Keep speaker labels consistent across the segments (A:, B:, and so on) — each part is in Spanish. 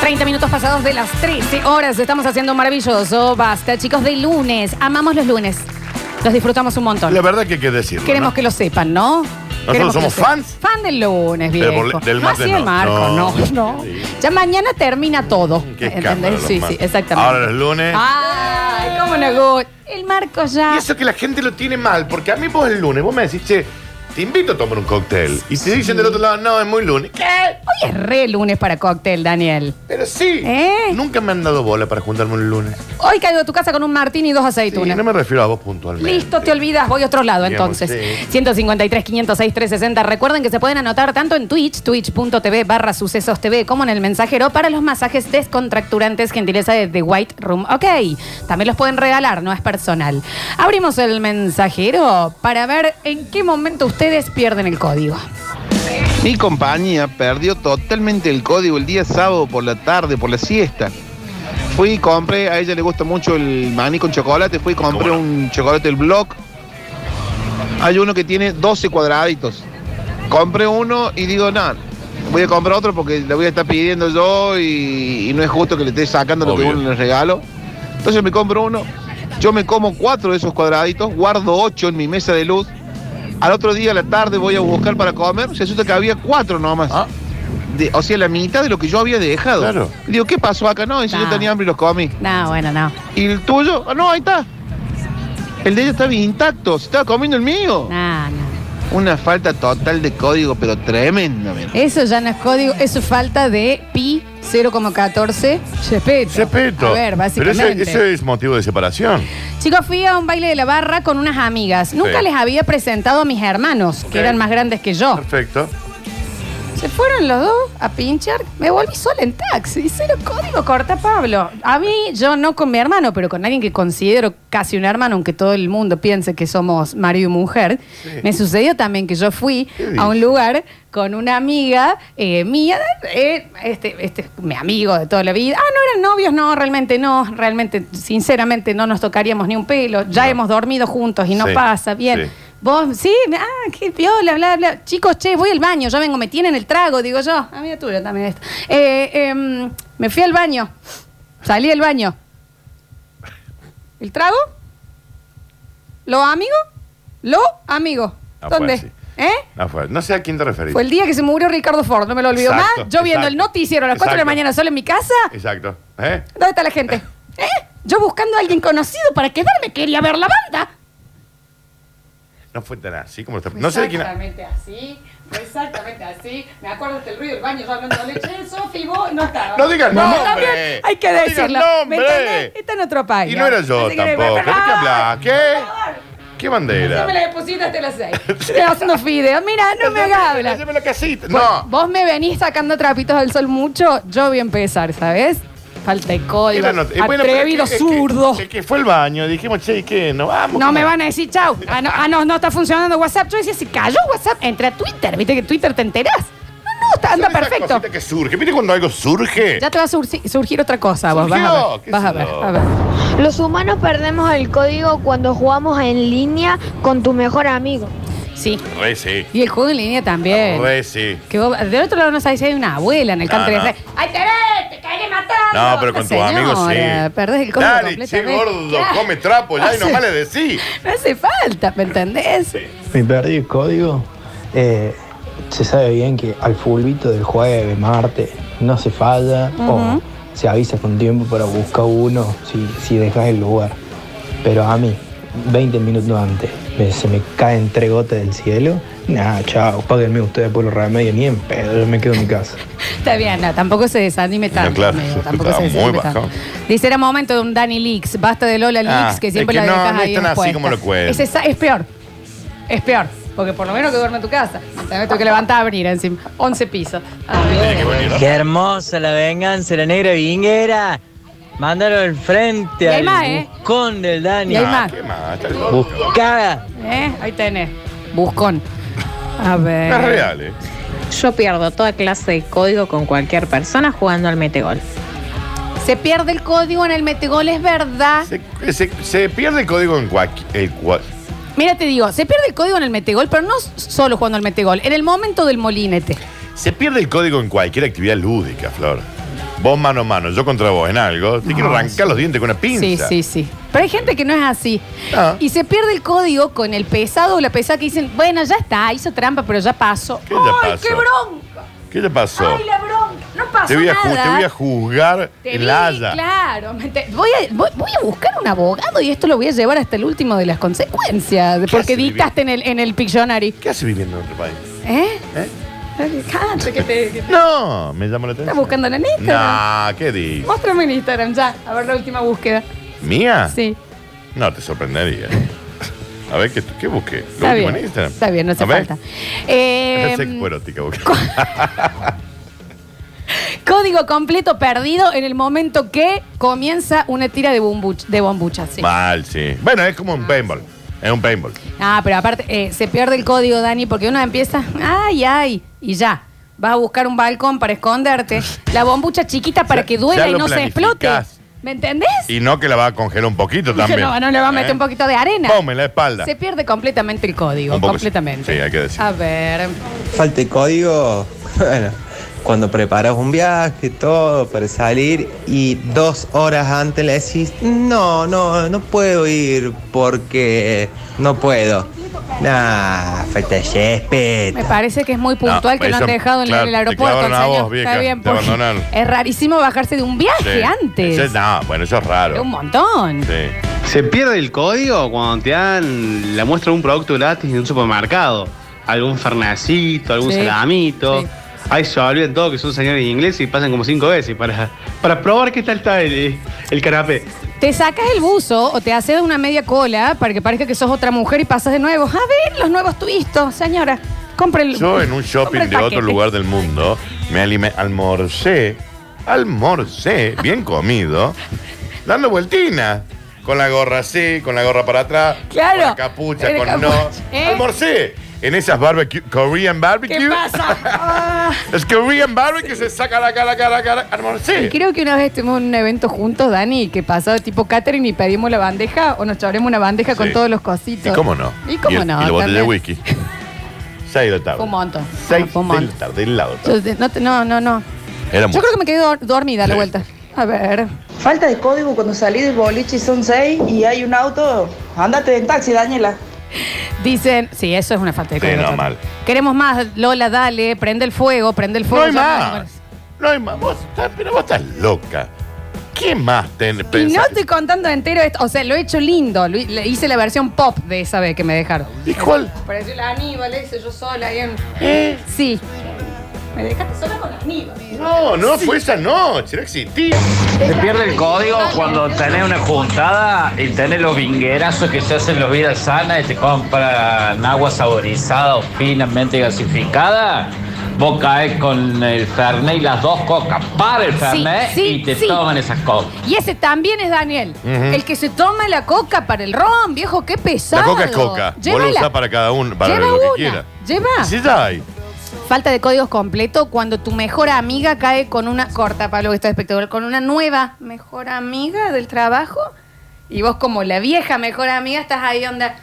A: 30 minutos pasados de las 13 horas. Estamos haciendo un maravilloso. Basta, chicos, de lunes. Amamos los lunes. Los disfrutamos un montón.
B: La verdad que hay que decirlo.
A: Queremos
B: ¿no?
A: que lo sepan, ¿no? Queremos que lo
B: somos
A: sepan.
B: fans.
A: Fan del lunes,
B: Pero
A: viejo.
B: por- del
A: no
B: martes
A: así
B: no.
A: el marco, no.
B: No,
A: no.
B: sí.
A: Ya mañana termina todo.
B: Qué escándalo los
A: Sí, sí,
B: martes.
A: exactamente. Ah.
B: Ahora los lunes.
A: Ay, cómo no, Gut. El marco ya.
B: Y eso que la gente lo tiene mal, porque a mí vos el lunes, vos me decís, che, te invito a tomar un cóctel. Y te dicen del otro lado, no, es muy lunes. ¿Qué?
A: Hoy es re lunes para cóctel, Daniel.
B: Pero sí.
A: ¿Eh?
B: Nunca me han dado bola para juntarme un lunes.
A: Hoy caigo a tu casa con un martín y dos
B: Sí,
A: aceitunas.
B: no me refiero a vos puntualmente.
A: Listo, te olvidas, voy a otro lado
B: Digamos,
A: entonces.
B: sí.
A: 153, 506, 360. Recuerden que se pueden anotar tanto en Twitch, twitch.tv barra sucesos TV, como en el mensajero para los masajes descontracturantes, gentileza de The White Room. Ok, también los pueden regalar, no es personal. Abrimos el mensajero para ver en qué momento ustedes pierden el código.
C: Mi compañía perdió totalmente el código el día sábado por la tarde, por la siesta. Fui y compré, a ella le gusta mucho el maní con chocolate, fui y compré
B: ¿Cómo no?
C: un chocolate del block. Hay uno que tiene 12 cuadraditos. Compré uno y digo, no, voy a comprar otro porque le voy a estar pidiendo yo y, y no es justo que le esté sacando lo que
B: Obvio.
C: uno le regalo. Entonces me compro uno, yo me como cuatro de esos cuadraditos, guardo ocho en mi mesa de luz. Al otro día a la tarde voy a buscar para comer, se asusta que había cuatro nomás.
B: Ah.
C: De- o sea, la mitad de lo que yo había dejado.
B: Claro.
C: Y digo, ¿qué pasó acá? No, dice,
A: Ah.
C: yo tenía hambre y los comí.
A: No, bueno, no.
C: ¿Y el tuyo? Ah, no, ahí está. El de ella estaba intacto, se estaba comiendo el mío.
A: No, no.
C: Una falta total de código, pero tremenda. mira.
A: Eso ya no es código, eso es falta de pi 0,14 respeto.
B: Respeto.
A: A ver,
B: Pero
A: básicamente.
B: ese, ese es motivo de separación.
A: Chicos, fui a un baile de la barra con unas amigas. Nunca
B: Sí.
A: les había presentado a mis hermanos,
B: Ok.
A: que eran más grandes que yo.
B: Perfecto.
A: Se fueron los dos a pinchar. Me volví sola en taxi. Cero código, corta Pablo. A mí, yo no con mi hermano, pero con alguien que considero casi un hermano, aunque todo el mundo piense que somos marido y mujer. Me sucedió también que yo fui
B: ¿Qué
A: a un
B: dices?
A: lugar con una amiga eh, mía, eh, este, este, mi amigo de toda la vida. Ah, no eran novios, no, realmente no, realmente, sinceramente, no nos tocaríamos ni un pelo. Ya
B: No.
A: hemos dormido juntos y no
B: Sí,
A: pasa, bien.
B: sí.
A: Vos, sí, ah, qué piola, bla, bla. Chicos, che, voy al baño, ya vengo, me tienen el trago, digo yo. Ah, mira tuya también esto. Eh, em, me fui al baño, salí del baño. ¿El trago? ¿Lo amigo? ¿Lo amigo?
B: Ah, fue
A: ¿Dónde?
B: así.
A: ¿Eh?
B: No, fue- no sé a quién te referís.
A: Fue el día que se murió Ricardo Ford, no me lo olvido más.
B: Exacto,
A: Yo viendo
B: exacto,
A: el noticiero a las 4 de la
B: exacto.
A: mañana solo en mi casa.
B: Exacto. ¿Eh?
A: ¿Dónde está la gente? ¿Eh? Yo buscando a alguien conocido para quedarme, quería ver la banda.
B: No fue tan así como está.
A: Fue
B: No sé de quién.
A: Pues Exactamente así, fue exactamente así. Me acuerdo del ruido del baño, yo hablando de leche, Sofi, vos no estabas.
B: No digas nombre.
A: también hay que
B: No digas
A: decirlo. ¿Me
B: nombre.
A: entendés? Está en otro país.
B: Y no era yo tampoco. ¿De qué hablas? ¿Qué? ¿Qué
A: Ya me
B: bandera?
A: la pusiste hasta las seis. Estoy haciendo fideos. Mira, no me hagas hablar.
B: Haceme la casita. No.
A: Vos me venís sacando trapitos del sol mucho, yo voy a empezar, ¿sabes? Falta de código.
B: Era not- eh, bueno, pero
A: Atrevido,
B: es que- es que-
A: zurdo.
B: Es que fue el baño. Dijimos, che, ¿y qué? No vamos.
A: No
B: ¿cómo?
A: me van a decir chau. Ah, no, ah, no, no está funcionando WhatsApp. Yo decía, si cayó WhatsApp, entra a Twitter. Viste que Twitter te enterás. No, no, está, anda
B: Son esas
A: perfecto.
B: cositas que surge. ¿Viste cuando algo surge?
A: Ya te va a surci- surgir otra cosa, vos. Vas
B: Surgió,
A: a ver.
B: qué
A: Vas a
B: sé
A: ver,
B: yo.
A: a ver.
D: Los humanos perdemos el código cuando jugamos en línea con tu mejor amigo.
A: Sí.
B: Re sí.
A: Y el juego en línea también.
B: Re sí.
A: Que vos, del otro lado no sabés si hay una abuela en el
B: No,
A: country.
B: no.
A: de- ¡Ay, te ves! ¡Te caeré matando!
B: No, pero con tus
A: Señora,
B: amigos sí.
A: Perdés el código
B: Dale, che,
A: completamente.
B: gordo,
A: Claro.
B: come trapo ya y nomás le decís.
A: No hace falta, ¿me entendés?
E: Me perdí el código. Eh, se sabe bien que al fulbito del jueves, martes, no se falla
A: Ujú.
E: o se avisa con tiempo para buscar uno si, si dejas el lugar. Pero a mí, 20 minutos antes, me- se me caen tres gotas del cielo. Nah, chao, páguenme ustedes por los remedios, ni en pedo, yo me quedo en mi casa.
A: Está bien, no, tampoco se desanime tanto.
B: claro.
A: amigo, tampoco
B: Estaba
A: se
B: muy
A: desanime
B: bajado.
A: tanto. Dice, era momento de un Dani Leaks, basta de Lola
B: Ah,
A: Leaks, que
B: es
A: siempre
B: que
A: la
B: no,
A: dejas
B: no
A: ahí
B: es tan así
A: expuesta.
B: como lo cuentan.
A: Es, esa- es peor, es peor, porque por lo menos que duerme en tu casa. También tengo que levantar a abrir encima, 11 pisos. Ah,
B: Tiene que venir, ¿no?
F: Qué hermosa la venganza, la negra vinguera. Mándalo al frente
A: Y hay
F: al
A: más, ¿eh?
F: buscón del Dani.
A: Y hay más.
B: Ah, ¿Qué más? Está el gordo.
F: Buscada.
A: ¿eh? Ahí tenés, buscón. A ver.
B: Es real, ¿eh?
G: Yo pierdo toda clase de código con cualquier persona jugando al metegol.
A: Se pierde el código en el metegol, es verdad.
B: Se, se- se pierde el código en cualquier... el cua-
A: Mira, te digo, se pierde el código en el metegol, pero no solo jugando al metegol, en el momento del molinete.
B: Se pierde el código en cualquier actividad lúdica, Flor. Vos vos mano a mano, yo contra vos en algo, te
A: No,
B: quiero arrancar los dientes con una
A: Sí,
B: pinza.
A: sí, sí. Pero hay gente que no es así.
B: Ah.
A: Y se pierde el código con el pesado o la pesada que dicen, bueno, ya está, hizo trampa, pero ya pasó.
B: ¿Qué ya
A: ¡Ay,
B: pasó?
A: qué bronca!
B: ¿Qué te pasó?
A: ¡Ay, la bronca! No pasó
B: te, voy a ju-
A: nada.
B: te voy a juzgar
A: Te
B: en
A: vi,
B: la Haya.
A: Claro. me te- voy, a, voy, voy a buscar un abogado y esto lo voy a llevar hasta el último de las consecuencias. Porque
B: hace, Vivi?
A: dictaste en el, en el Pictionary.
B: ¿Qué hace viviendo en otro país?
A: ¿Eh?
B: ¿Eh?
A: Cállate que te... que te-
B: No, me llamó la atención.
A: ¿Estás buscando en Instagram?
B: Nah, ¿qué dices?
A: Muéstrame en Instagram ya, a ver la última búsqueda.
B: ¿Mía?
A: Sí.
B: No, te sorprendería. A ver, ¿qué, qué busqué? ¿Lo
A: Está
B: último
A: bien.
B: en Instagram?
A: Está bien, no hace
B: A ver.
A: falta. Eh,
B: Era sexo erótica, busqué.
A: Código completo perdido en el momento que comienza una tira de, bombuch- de bombucha. sí.
B: Mal, sí. Bueno, es como un paintball. Es un paintball.
A: Ah, pero aparte, eh, se pierde el código, Dani, porque uno empieza, ay, ay, y ya. Vas a buscar un balcón para esconderte, la bombucha chiquita para
B: Ya-
A: que duela
B: ya
A: y
B: lo
A: no se explote.
B: planificás.
A: ¿Me entendés?
B: Y no que la va a congelar un poquito
A: Dije,
B: también.
A: no, no le va a meter
B: ¿Eh?
A: un poquito de arena.
B: Pum, en la espalda.
A: Se pierde completamente el código,
B: Un poco
A: completamente.
B: sí. Sí, hay que decir.
A: A ver,
H: Falta el código, bueno, cuando preparas un viaje, todo para salir y dos horas antes le decís, no, no, no puedo ir porque no puedo. Nah, falta de
A: me
H: respeto.
A: parece que es muy puntual
B: No,
A: que lo han
B: eso-
A: dejado en, la- en
B: claro,
A: el
B: te
A: aeropuerto.
B: clavaron a
A: señor.
B: vos, vieja,
A: Está bien,
B: te
A: porque
B: abandonaron.
A: es rarísimo bajarse de un viaje
B: Sí.
A: antes.
B: Ese- no, bueno, eso es
A: Es
B: raro.
A: un montón.
B: Sí.
I: Se pierde el código cuando te dan la muestra de un producto gratis en un supermercado. Algún fernacito, algún
A: Sí,
I: salamito.
A: sí.
I: Ahí se olvidan todo que son señores ingleses y pasan como cinco veces para, para probar qué tal está el, el canapé.
A: Te sacas el buzo o te haces una media cola para que parezca que sos otra mujer y pasas de nuevo. A ver, los nuevos tuistos, señora. Cómprelo.
B: Yo en un shopping de otro lugar del mundo me alime- almorcé, almorcé, bien comido, dando vueltinas. Con la gorra así, con la gorra para atrás,
A: Claro.
B: con la capucha,
A: Era
B: con
A: capucha,
B: no.
A: ¿eh?
B: Almorcé. En esas barbecue, Korean barbecue.
A: ¿Qué pasa? Ah.
B: Es Korean barbecue se saca la cara, cara, cara. Almorcé.
A: Y Creo que una vez estuvimos en un evento juntos, Dani, que pasó tipo catering y pedimos la bandeja o nos chabremos una bandeja
B: Sí.
A: con todos los cositos.
B: ¿Y cómo no?
A: ¿Y cómo
B: el-
A: no?
B: Y la botella de
A: También.
B: whisky. Seis de la tarde.
A: Fue un montón.
B: Seis
A: Ah, fue un
B: de la
A: montón.
B: tarde, del lado.
A: Yo de- no, te- no, no, no.
B: Era
A: Yo creo que me quedé dor- dormida a la
B: Sí.
A: vuelta. A ver.
J: Falta de código cuando salí del boliche y son seis y hay un auto. Ándate en taxi, Daniela.
A: Dicen, sí, eso es una falta de
B: Sí,
A: código.
B: no, mal.
A: Queremos más, Lola, dale, prende el fuego, prende el
B: No
A: fuego.
B: hay
A: Ya
B: más. No hay más. Vos estás, pero vos estás loca. ¿Qué más ten,
A: Y no
B: pensás?
A: estoy contando entero esto. O sea, lo he hecho lindo. Lo- le hice la versión pop de esa vez que me dejaron.
B: ¿Y cuál?
A: Pareció la Aníbal, ese yo sola.
B: ¿Eh?
A: Sí. Me dejaste sola con la Aníbal.
B: No, no fue esa noche, no existía.
F: Se pierde el código cuando tenés una juntada Ah, y tenés los vinguerazos que se hacen los vidas sanas y te compran agua saborizada o finamente gasificada. Vos caes con el Fernet y las dos cocas para el Fernet
A: sí,
F: y te
A: sí.
F: toman esas cocas.
A: Y ese también es Daniel.
B: Ujú.
A: El que se toma la coca para el ron, viejo, qué pesado.
B: La coca es coca. Vos lo
A: Llévala.
B: usás para cada uno, para
A: Lleva
B: lo que
A: una. Ah.
B: quiera.
A: Lleva.
B: Sí, ya hay.
A: Falta de códigos completo cuando tu mejor amiga cae con una corta, Pablo, que está espectacular, con una nueva mejor amiga del trabajo. Y vos como la vieja mejor amiga estás ahí onda.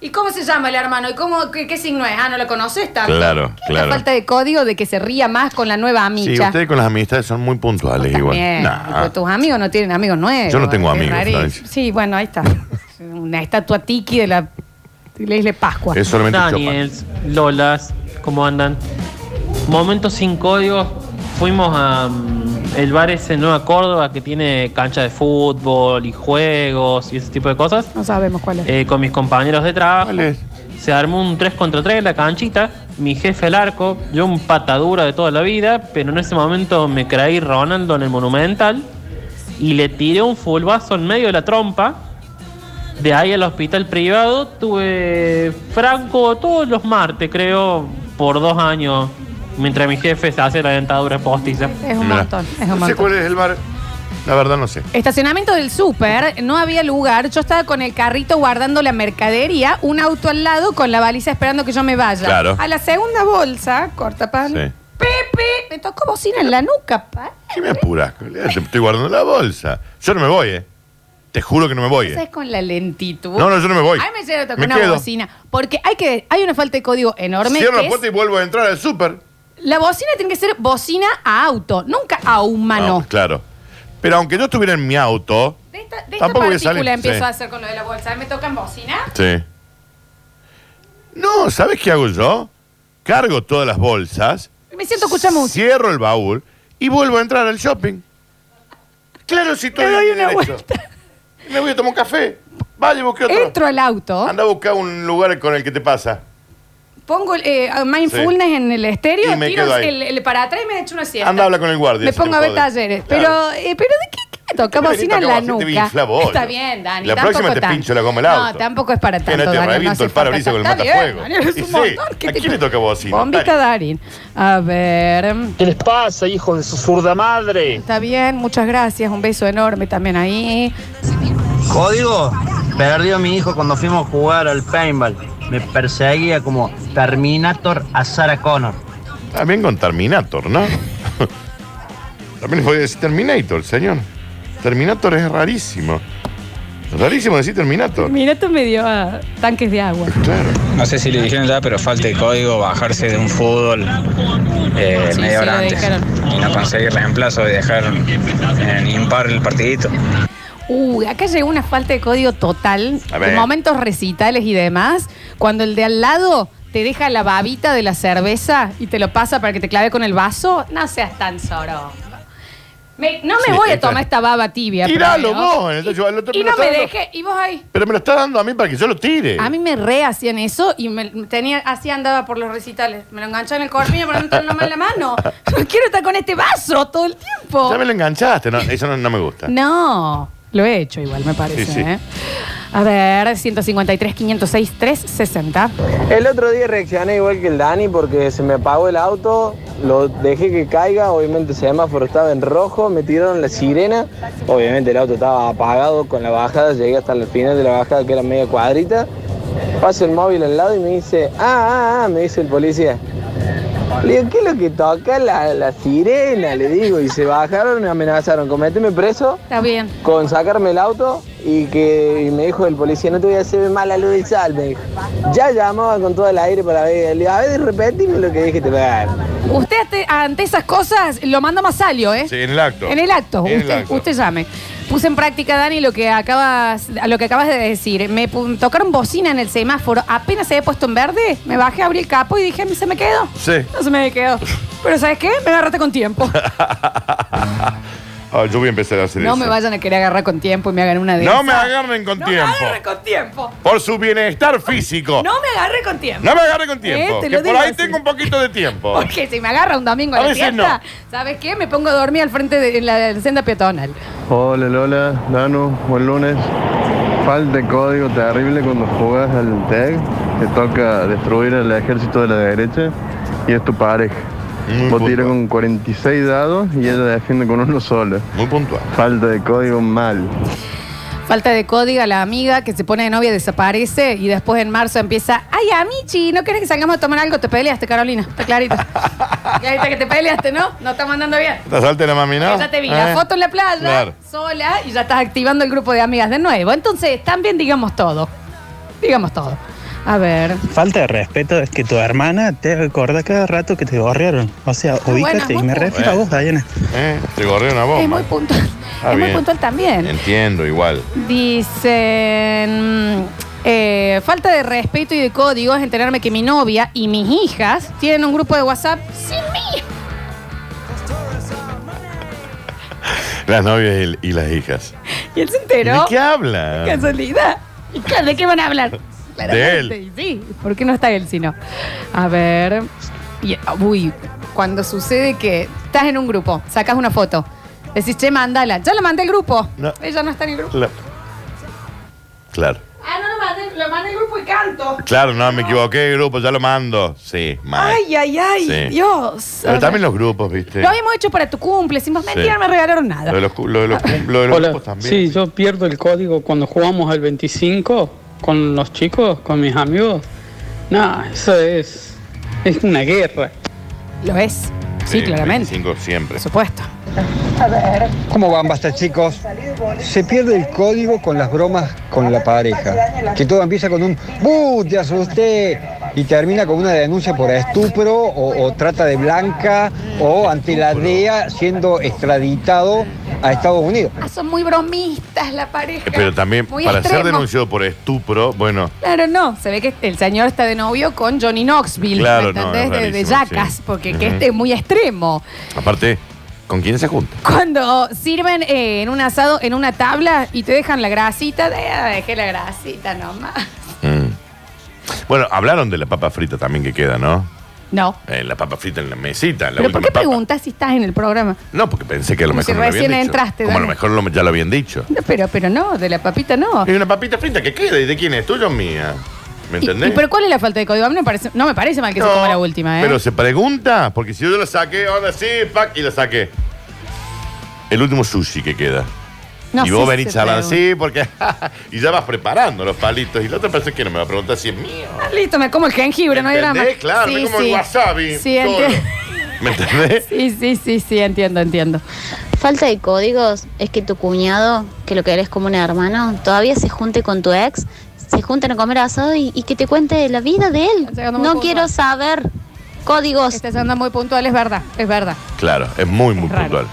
A: ¿Y cómo se llama el hermano? ¿Y cómo qué, qué signo es? Ah, no lo conoces tanto.
B: Claro,
A: ¿Qué es
B: claro.
A: La falta de código de que se ría más con la nueva amiga.
B: Sí, ustedes con las amistades son muy puntuales igual.
A: También,
B: Nah.
A: pero tus amigos no tienen amigos nuevos.
B: Yo no tengo
A: Qué
B: amigos,
A: rarísimo.
B: Florencia.
A: Sí, bueno, ahí está. Una estatua tiki de la, de la isla Pascua.
B: Es solamente Chopin.
K: Daniel, Lolas, ¿cómo andan? Momento sin código. Fuimos a mm, el bar ese en Nueva Córdoba que tiene cancha de fútbol y juegos y ese tipo de cosas.
A: No sabemos cuál es.
K: Eh, con mis compañeros de trabajo.
B: ¿Cuál es?
K: Se armó un 3 contra 3 en la canchita. Mi jefe el arco, yo un patadura de toda la vida, pero en ese momento me creí Ronaldo en el Monumental y le tiré un fulbazo en medio de la trompa. De ahí al hospital privado tuve franco todos los martes, creo, por dos años, mientras mi jefe se hace la dentadura postiza.
A: Es un
B: Mirá.
A: montón, es un
B: No sé
A: montón.
B: cuál es el bar. La verdad no sé.
A: Estacionamiento del súper, no había lugar. Yo estaba con el carrito guardando la mercadería, un auto al lado con la baliza esperando que yo me vaya.
B: Claro.
A: A la segunda bolsa, corta pan.
B: Sí.
A: Pepe, me tocó bocina en la nuca, pa.
B: ¿Qué me apuras? Te estoy guardando la bolsa. Yo no me voy, ¿eh? Te juro que no me voy,
A: Esa
B: ¿eh?
A: es con la lentitud.
B: No, no, yo no me voy.
A: Ahí me llega a tocar
B: Me
A: una
B: quedo.
A: bocina. Porque hay que hay una falta de código enorme.
B: Cierro
A: que
B: la
A: es-
B: puerta y vuelvo a entrar al súper.
A: La bocina tiene que ser bocina a auto, nunca a humano.
B: Ah, claro. Pero aunque yo estuviera en mi auto,
A: De esta, de esta
B: Tampoco voy a
A: partícula
B: salir,
A: empiezo
B: sí.
A: a hacer con lo de la bolsa. ¿Me tocan bocina?
B: Sí. No, ¿sabes qué hago yo? Cargo todas las bolsas,
A: Me siento escucha música.
B: cierro el baúl y vuelvo a entrar al shopping. Claro, si
A: Le
B: todavía
A: doy
B: hay
A: una
B: derecho.
A: vuelta.
B: Me voy a tomar un café. Vaya, busque otro.
A: Entro al auto,
B: Anda a buscar un lugar con el que te pasa.
A: pongo eh, mindfulness en el estéreo,
B: Y me
A: tiro
B: quedo ahí.
A: el, el para atrás y me echo una siesta.
B: Anda a hablar con el guardia.
A: Me
B: si
A: pongo
B: te
A: a ver
B: jode.
A: talleres.
B: Claro.
A: Pero, eh, ¿pero de qué, qué me toca?
B: me
A: Bocina en
B: toca
A: la
B: bocina? Te
A: nuca.
B: infla vos.
A: Está bien, Dani.
B: La
A: tampoco
B: próxima te
A: tanto.
B: pincho la goma del
A: No,
B: auto.
A: tampoco es para
B: Que
A: tanto,
B: no te
A: Daniel,
B: reviento
A: hace
B: el parabrisas con el
A: falta tanto. Está bien,
B: matafuego.
A: Daniel, es
B: Y
A: un
B: sí,
A: montón. ¿Qué
B: ¿A quién le toca bocina?
A: Bombita Darín. A ver.
L: ¿Qué les pasa, hijo de su zurda madre?
A: Está bien, muchas gracias. Un beso enorme también ahí.
M: Código, perdió mi hijo cuando fuimos a jugar al paintball. Me perseguía como Terminator a Sarah Connor.
B: También con Terminator, ¿no? También le voy a decir Terminator, señor. Terminator es rarísimo. Rarísimo decir Terminator.
A: Mira, esto me dio a tanques de agua.
N: No sé si le dijeron ya, pero falta el código bajarse de un fútbol eh,
A: Sí,
N: media
A: sí,
N: hora
A: lo
N: antes
A: dijeron.
N: y no conseguir reemplazo y dejar en impar el partidito.
A: Uh, acá llegó una falta de código total.
N: A ver.
A: En momentos recitales y demás. Cuando el de al lado te deja la babita de la cerveza y te lo pasa para que te clave con el vaso, no seas tan soro. Me- no me
B: Sí,
A: voy a
B: esta-
A: tomar esta baba tibia.
B: Tiralo
A: primero.
B: vos en el techo, al otro
A: Y
B: me lo
A: no me
B: está dando-
A: deje, y vos ahí.
B: Pero me lo está dando a mí para que yo lo tire.
A: A mí me re hacían eso y me tenía, así andaba por los recitales. Me lo enganchaba en el corpiño para no tenerlo mal en la mano. No quiero estar con este vaso todo el tiempo.
B: Ya me lo enganchaste, no, eso no, no me gusta.
A: No, lo he hecho igual, me parece.
B: Sí, sí.
A: ¿eh? A ver, 153, 506, 360.
O: El otro día reaccioné igual que el Dani porque se me apagó el auto, lo dejé que caiga, obviamente el semáforo estaba en rojo, me tiraron la sirena, obviamente el auto estaba apagado con la bajada, llegué hasta el final de la bajada que era media cuadrita, paso el móvil al lado y me dice, ah, ah, ah", me dice el policía. Le digo, ¿qué es lo que toca la, la sirena? Le digo, y se bajaron y me amenazaron con meterme preso
A: Está bien.
O: con sacarme el auto y que y me dijo el policía, no te voy a hacer mala luz del sal, me dijo. Ya llamaba con todo el aire para ver, le digo, a ver, repetime lo que dijiste, pegar.
A: Usted ante, ante esas cosas lo manda más salio, ¿eh?
B: Sí, en el acto.
A: En el acto,
B: En el
A: usted,
B: acto.
A: usted llame. Puse en práctica, Dani, lo que acabas, a lo que acabas de decir. Me pu- tocaron bocina en el semáforo, apenas se había puesto en verde, me bajé, abrí el capo y dije, ¿se me quedó?
B: Sí.
A: No se me quedó. Pero ¿sabes qué? Me agarraste con tiempo.
B: Ah, yo voy a empezar a hacer
A: No
B: eso.
A: me vayan a querer agarrar con tiempo y me hagan una de
B: no
A: esas.
B: me agarren con
A: No me
B: tiempo.
A: agarren con tiempo.
B: Por su bienestar físico.
A: No me agarre con tiempo.
B: No me agarren con
A: Eh,
B: tiempo.
A: te
B: que
A: lo
B: por
A: digo
B: ahí
A: así.
B: tengo un poquito de tiempo.
A: Porque si me agarra un domingo a,
B: A
A: la
B: veces
A: fiesta, ¿sabes qué? Me pongo a dormir al frente de en la senda peatonal.
P: Hola Lola, Danu, buen lunes. Falta de código terrible cuando juegas al tag. Te toca destruir al ejército de la derecha y es tu pareja. Vos tiras con 46 dados y ella defiende con uno solo.
B: Muy puntual.
P: Falta de código mal.
A: Falta de código a la amiga que se pone de novia, desaparece y después en marzo empieza, ay, Amichi, ¿no querés que salgamos a tomar algo? Te peleaste, Carolina, está clarito. Clarita que te peleaste, ¿no? No estamos andando bien.
B: ¿Te salte la mami, no?
A: Yo Ya te vi, la
B: ¿Eh?
A: foto en la playa,
B: Claro.
A: sola, y ya estás activando el grupo de amigas de nuevo. Entonces, también digamos todo. Digamos todo. A ver.
Q: Falta de respeto es que tu hermana te recuerda cada rato que te gorrearon. O sea, ubícate
A: buena,
Q: y me
A: Juanjo.
Q: refiero a vos, Dayana.
B: ¿Eh? Te gorré una bomba.
A: Es muy puntual.
B: Está
A: es muy
B: Ah, bien.
A: puntual también.
B: Entiendo, igual.
A: Dicen. mm, eh, falta de respeto y de código es enterarme que mi novia y mis hijas tienen un grupo de WhatsApp sin mí.
B: Las novias y, el- y las hijas.
A: Y él se enteró.
B: ¿De qué hablan?
A: Casualidad. ¿Y qué- ¿De qué van a hablar?
B: De él.
A: Claramente, Sí, ¿por qué no está él sino? A ver. Y- uy, cuando sucede que estás en un grupo, sacas una foto, decís, che, mándala. Ya la mandé al grupo.
B: No.
A: Ella no está en el grupo.
B: La- Claro.
A: Ah, no, lo mandé, lo mandé al grupo y canto.
B: Claro, no, me equivoqué, grupo, ya lo mando. Sí, mal.
A: Ay, ay, ay,
B: Sí.
A: Dios.
B: Pero también los grupos, ¿viste?
A: Lo habíamos hecho para tu cumple, sin más
B: Sí.
A: mentira, no me regalaron nada.
B: Lo de los, cu- lo de los cum- lo de los grupos también.
R: sí, yo pierdo el código cuando jugamos al 25 con los chicos, con mis amigos. No, eso es, es una guerra.
A: Lo es. Sí, claramente.
B: 25 siempre.
A: Supuesto.
S: ¿Cómo van, basta chicos? Se pierde el código con las bromas con la pareja. Que todo empieza con un ¡Bu! Te asusté. y termina con una denuncia por estupro o, o trata de blanca o ante la DEA siendo extraditado a Estados Unidos.
A: Ah, son muy bromistas la pareja.
B: Eh, Pero también,
A: Muy
B: para ser
A: extremo.
B: denunciado por estupro, bueno,
A: Claro, no. Se ve que el señor está de novio con Johnny Knoxville.
B: Claro,
A: ¿me
B: no,
A: entendés?
B: es
A: De- de
B: rarísimo,
A: yacas,
B: sí.
A: porque que
B: Ujú.
A: este es muy extremo.
B: aparte, ¿con quién se junta?
A: Cuando sirven eh, en un asado, en una tabla y te dejan la grasita, de, ah, dejé la grasita nomás.
B: Mm. Bueno, hablaron de la papa frita también que queda, ¿no?
A: No.
B: Eh, la papa frita en la mesita, la
A: ¿Pero por
B: última
A: qué
B: papa.
A: preguntas si estás en el programa?
B: No, porque pensé que a lo
A: Como si
B: mejor no lo
A: recién
B: habían dicho.
A: entraste,
B: Como a lo
A: Dani.
B: mejor lo- ya lo habían dicho.
A: No, pero, pero no, de la papita no.
B: Es una papita frita que queda. ¿Y de quién es? ¿Tuyo o mía? ¿Me
A: ¿Y,
B: entendés?
A: y pero cuál es la falta de código? A mí no, parece- no me parece mal que se
B: No,
A: coma la última, ¿eh?
B: Pero se pregunta, porque si yo la saqué, ahora sí, pac, y la saqué. El último sushi que queda.
A: No
B: y
A: sé
B: vos
A: si
B: venís
A: se
B: charlando,
A: pregunta.
B: sí, porque. y ya vas preparando los palitos. Y la otra persona que no me va a preguntar si es mío.
A: Ah, listo, me como el jengibre, no hay drama.
B: ¿Entendés? Claro, me como el wasabi
A: Sí,
B: solo.
A: entiendo.
B: ¿Me entendés?
A: Sí, sí, sí, sí, entiendo, entiendo.
T: Falta de códigos es que tu cuñado, que lo que eres como un hermano, todavía se junte con tu ex, se junten a comer asado y, y que te cuente la vida de él.
A: llegando muy
T: No
A: puntual.
T: quiero saber códigos.
A: Estás andando muy puntual, es verdad, es verdad.
B: Claro, es muy, muy puntual.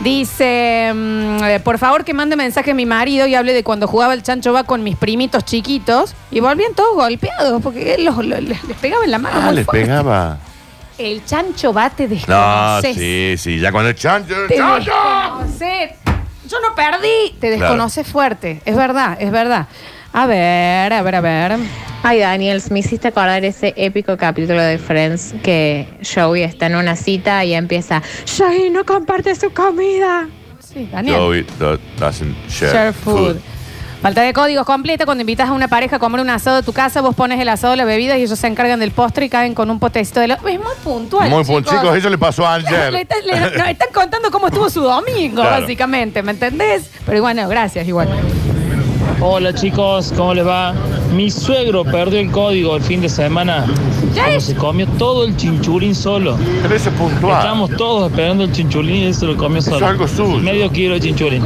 A: Dice, mm, eh, por favor que mande mensaje a mi marido y hable de cuando jugaba el chancho va con mis primitos chiquitos y volvían todos golpeados porque él los, lo- les, les pegaba en la mano.
B: Ah,
A: muy
B: les
A: fuerte.
B: pegaba.
A: El chancho va te
B: No,
A: desconoces.
B: sí, sí, ya con el chancho.
A: Te
B: ¡Chancho!
A: desconoces. Yo no perdí. Te
B: Claro.
A: desconoces fuerte. Es verdad, es verdad. A ver, a ver, a ver.
G: Ay, Daniel, me hiciste acordar ese épico capítulo de Friends que Joey está en una cita y empieza, Joey no comparte su comida.
A: Sí,
B: Yo
A: Daniel.
B: vi- do- doesn't share,
A: Share
B: food.
A: food. Falta de códigos completa. Cuando invitas a una pareja a comer un asado a tu casa, vos pones el asado, la bebida y ellos se encargan del postre y caen con un potecito de lo. Es muy puntual.
B: Muy puntual. Chicos, eso le pasó a ayer.
A: Le están- le- nos están contando cómo estuvo su domingo,
B: Claro.
A: básicamente, ¿me entendés? Pero bueno, gracias igual.
L: Hola chicos, ¿cómo les va? Mi suegro perdió el código el fin de semana. Cuando se comió todo el chinchulín solo.
B: Pero eso es puntual.
L: Estamos todos esperando el chinchulín y él se lo comió solo.
B: algo suyo.
L: Medio kilo de chinchulín.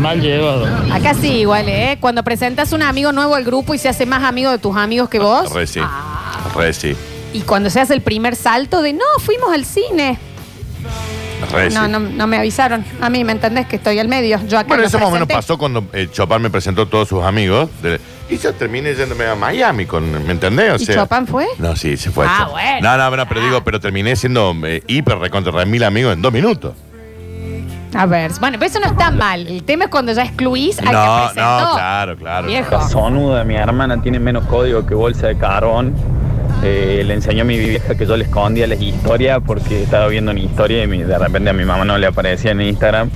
L: Mal llevado.
A: Acá sí, igual, ¿eh? Cuando presentas un amigo nuevo al grupo y se hace más amigo de tus amigos que vos.
B: Re sí.
A: Ah.
B: Re sí.
A: Y cuando se hace el primer salto de no, fuimos al cine.
B: Re
A: No,
B: sí.
A: no, no me avisaron. A mí, ¿me entendés? Que estoy al medio. Yo acá
B: Bueno,
A: lo
B: eso más o menos
A: presenté.
B: pasó cuando eh, Chopin me presentó a todos sus amigos. de- y yo terminé yéndome a Miami, con, ¿me entendés? O
A: ¿Y
B: sea,
A: Chopin fue?
B: No, sí, se fue.
A: Ah,
B: Chopin.
A: bueno. Ah.
B: No, no, no, pero digo, pero terminé siendo eh, hiper recontra re mil amigos en dos minutos.
A: A ver, bueno, pero eso no está mal. El tema es cuando ya excluís al
U: No,
A: que
U: no,
A: presentó.
U: claro,
A: claro.
U: La
A: Viejo.
U: sonuda de mi hermana tiene menos código que bolsa de carbón. Eh, le enseñó a mi vieja que yo le escondía las historias porque estaba viendo una historia y mi- de repente a mi mamá no le aparecía en Instagram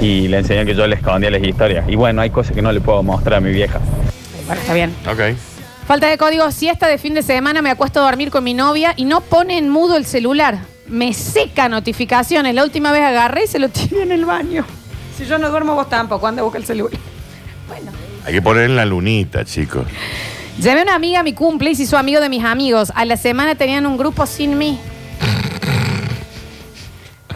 U: y le enseñó que yo le escondía las historias. Y bueno, hay cosas que no le puedo mostrar a mi vieja.
A: Bueno, está bien.
B: Ok.
A: Falta de código, siesta de fin de semana, me acuesto a dormir con mi novia y no pone en mudo el celular. Me seca notificaciones. La última vez agarré y se lo tiré en el baño. Si yo no duermo, vos tampoco. Anda, busca el celular.
B: Hay que poner en la lunita, chicos.
A: Llevé a una amiga a mi cumple y se hizo amigo de mis amigos. A la semana tenían un grupo sin mí.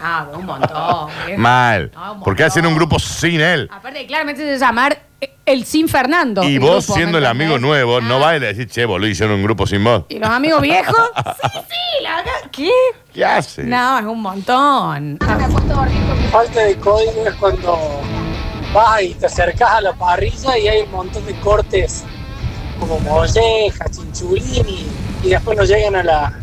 A: Ah, un montón. viejo.
B: Mal.
A: Ah, un
B: Porque hacen un grupo sin él.
A: Aparte, claramente se llamar eh, el sin Fernando.
B: Y
A: el
B: vos
A: grupo,
B: siendo
A: ¿me
B: el
A: entendés? Ah.
B: amigo nuevo, no vas a decir, che, boludo, hicieron un grupo sin vos.
A: ¿Y los amigos viejos? sí, sí, la verdad. ¿Qué?
B: ¿Qué hace?
A: No, es un montón.
V: Falta de código es cuando vas y te acercas a la parrilla y hay un montón de cortes como molleja, chinchulín y, y después no llegan a la,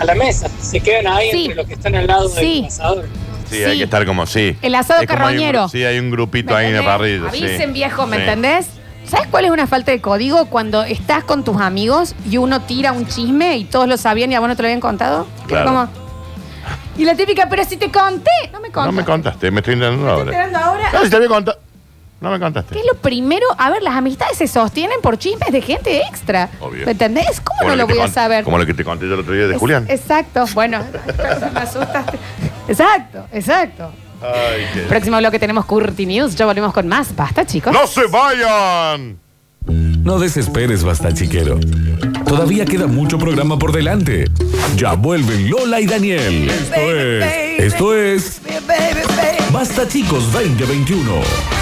V: a la mesa. Se quedan ahí
A: Sí.
V: entre los que están al lado
A: Sí.
V: del asador.
B: Sí, hay que estar como sí.
A: El asado
B: Es como hay un
A: carroñero.
B: gru- sí, hay un grupito
A: ¿Me
B: ahí en la
A: entendés?
B: parrilla. sí.
A: Avisen, viejo, ¿me
B: Sí.
A: entendés? ¿Sabes cuál es una falta de código? Cuando estás con tus amigos y uno tira un chisme y todos lo sabían y a vos no te lo habían contado. Que es
B: Claro.
A: como- Y la típica, pero si te conté, no me
B: No
A: contaste.
B: me contaste, me estoy enterando
A: ¿Te
B: ahora.
A: estás dando ahora?
B: No, si te había contado. No me contaste.
A: ¿Qué es lo primero? A ver, las amistades se sostienen por chismes de gente extra.
B: Obvio.
A: ¿Me entendés? ¿Cómo
B: Como
A: no lo
B: que te
A: voy a
B: con-
A: saber?
B: Como lo que te conté yo el otro día de
A: Es-
B: Julián.
A: Exacto, bueno, me asustaste. Exacto, exacto.
B: Ay, qué-
A: Próximo bloque tenemos Curti News, ya volvemos con más. Basta, chicos.
B: ¡No se vayan!
W: No desesperes, basta chiquero. Todavía queda mucho programa por delante. Ya vuelven Lola y Daniel. Esto es. Esto es. Basta chicos 2021.